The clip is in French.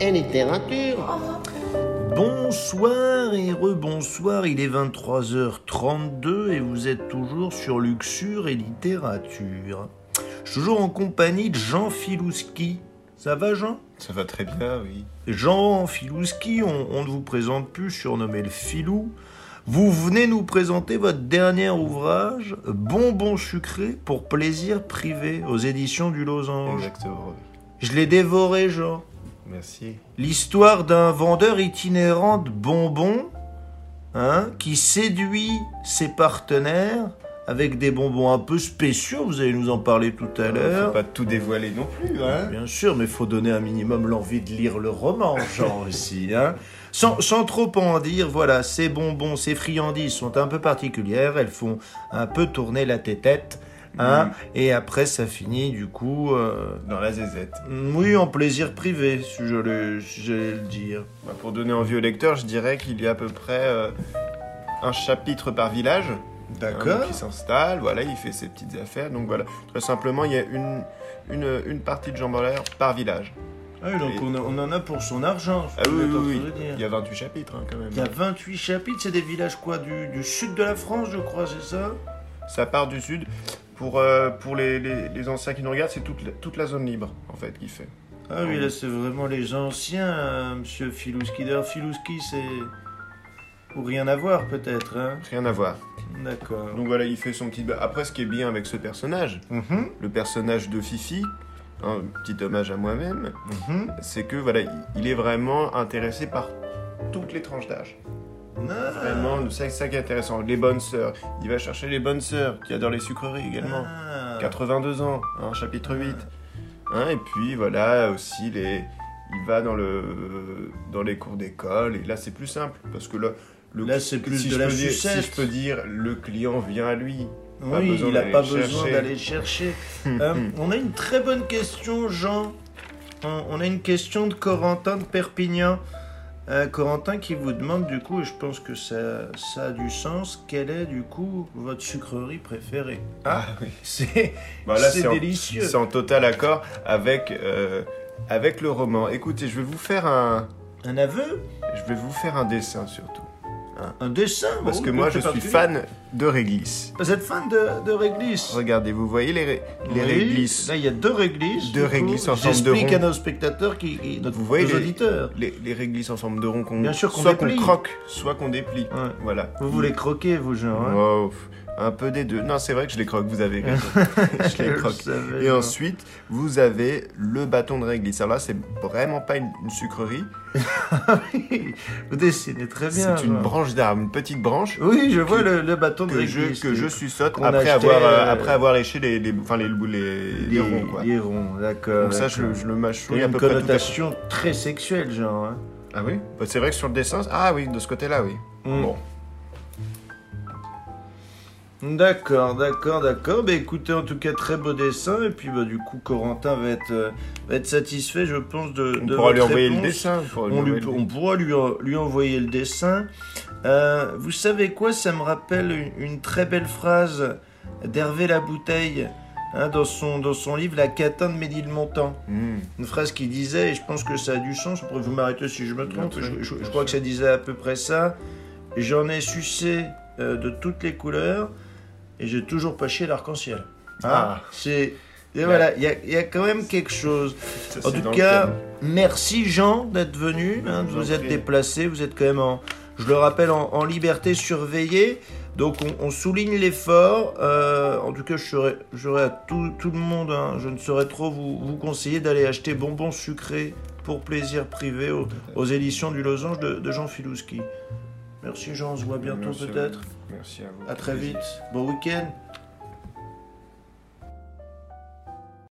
et littérature. Bonsoir et rebonsoir, il est 23h32 et vous êtes toujours sur Luxure et Littérature. Je suis toujours en compagnie de Jean Filouski. Ça va Jean Ça va très bien, oui. Jean Filouski, on, on ne vous présente plus, surnommé le Filou. Vous venez nous présenter votre dernier ouvrage, Bonbon sucré pour plaisir privé, aux éditions du Losange. Exactement, oui. Je l'ai dévoré, Jean. Merci. L'histoire d'un vendeur itinérant de bonbons hein, qui séduit ses partenaires avec des bonbons un peu spéciaux, vous allez nous en parler tout à Faut l'heure. pas tout dévoiler non plus, hein Bien sûr, mais faut donner un minimum l'envie de lire le roman, Jean, aussi. Hein. Sans, sans trop en dire, voilà, ces bonbons, ces friandises sont un peu particulières, elles font un peu tourner la tête hein, et après ça finit du coup... euh, Dans la zézette. oui, en plaisir privé, si je le- si j'allais le dire. Bah, pour donner envie au lecteur, je dirais qu'il y a à peu près euh, un chapitre par village. Hein, Ah, donc il s'installe, voilà, il fait ses petites affaires. Donc voilà, très simplement, il y a une, une, une partie de jambes en l'air par village. Ah oui, donc Et- on, a- on en a pour son argent. Ah oui, oui, oui, il y a 28 chapitres hein, quand même. Il y a 28 chapitres, c'est des villages quoi du, du sud de la France, je crois, c'est ça Ça part du sud. Pour, euh, pour les, les- les anciens qui nous regardent, c'est toute, la- toute la zone libre, en fait, qui fait. Ah oui, là c'est vraiment les anciens, hein, monsieur Filouski. D'ailleurs, Filouski, c'est. ou rien à voir peut-être, hein Rien à voir. D'accord. Donc voilà, il fait son petit... ba- Après, ce qui est bien avec ce personnage, Mhm, le personnage de Fifi, un petit hommage à moi-même, mhm. c'est que voilà, il- il est vraiment intéressé par toutes les tranches d'âge. Ah, Vraiment, c'est ça qui est intéressant. Les bonnes sœurs, il va chercher les bonnes sœurs qui adorent les sucreries également. ah. 82 ans, hein, chapitre 8. Hein, et puis voilà aussi les. Il va dans le dans les cours d'école et là c'est plus simple parce que là le Là, c'est plus si de je la peux dire- si sucette. je peux dire le client vient à lui pas Oui, besoin il n'a d'aller pas le besoin chercher. d'aller chercher. Euh, on a une très bonne question, Jean. On, on a une question de Corentin de Perpignan. Euh, Corentin qui vous demande du coup, et je pense que ça, ça a du sens, quelle est du coup votre sucrerie préférée ah oui C'est Bah, là, c'est c'est en- délicieux. c'est en total accord avec euh, avec le roman écoutez je vais vous faire un Un aveu je vais vous faire un dessin surtout Un dessin parce oh, que oui, moi c'est je suis fan particulier. de réglisse Vous êtes fan de, de réglisse regardez vous voyez les ré- les Oui, réglisses Là, il y a deux réglisses. Deux du coup. réglisses en forme de J'explique rond. à nos spectateurs, qui, qui- nos- Vous voyez nos les- auditeurs. les, les réglisses en forme de rond qu'on Bien sûr qu'on soit qu'on déplie. croque, soit qu'on déplie. Ouais. Voilà. Vous voulez croquer, vous, Jean hein Oh, pff, un peu des deux. Non, c'est vrai que je les croque, vous avez raison. je les le croque. savais, Et moi. ensuite, vous avez le bâton de réglisse. Alors là, c'est vraiment pas une, une sucrerie, Vous dessinez très bien. c'est une Jean. branche d'arbre, une petite branche Oui, je vois le, le bâton de que je, réglisse. que je suçote qu'on a après acheté, avoir, euh, euh, après avoir léché les, les, enfin, les, les, les Les ronds. Quoi. les ronds, d'accord. Donc ça, je, d'accord. je le Il y mâchouille a à une peu près tout à fait. connotation très sexuelle, Jean. hein. Ah oui Bah, C'est vrai que sur le dessin, ah oui, de ce côté-là, oui. Mm. Bon. D'accord, d'accord, d'accord. Bah écoutez, en tout cas, très beau dessin. Et puis, bah, du coup, Corentin va être, euh, va être satisfait, je pense, de. On de pourra lui votre envoyer le réponse. dessin. pourra lui On, lui- envoyer le on pourra lui, en- lui envoyer le dessin. Euh, vous savez quoi Ça me rappelle une, une très belle phrase d'Hervé Labouteille hein, dans, son, dans son livre La catin de Ménilmontant. Mm. Une phrase qu'il disait, et je pense que ça a du sens, après vous m'arrêtez si je me trompe, Bien je, sûr, je- je bien crois sûr. que ça disait à peu près ça. J'en ai sucé euh, de toutes les couleurs, et j'ai toujours pas chié l'arc-en-ciel. Ah. C'est. Et voilà, il y, a- il y a quand même quelque chose. Ça, En c'est dans tout le cas, thème. merci Jean d'être venu. hein, de Je vous en vous êtes prie. déplacé, vous êtes quand même en, je le rappelle, en, en liberté surveillée. Donc on, on souligne l'effort. Euh, en tout cas, je serais, j'aurais à tout, tout le monde, hein, je ne saurais trop vous, vous conseiller d'aller acheter bonbons sucrés pour plaisir privé aux, aux éditions du Losange de, de Jean Filouski. Merci Jean, on se voit bientôt Merci à vous. peut-être. Merci à vous. À très vite. Bon week-end.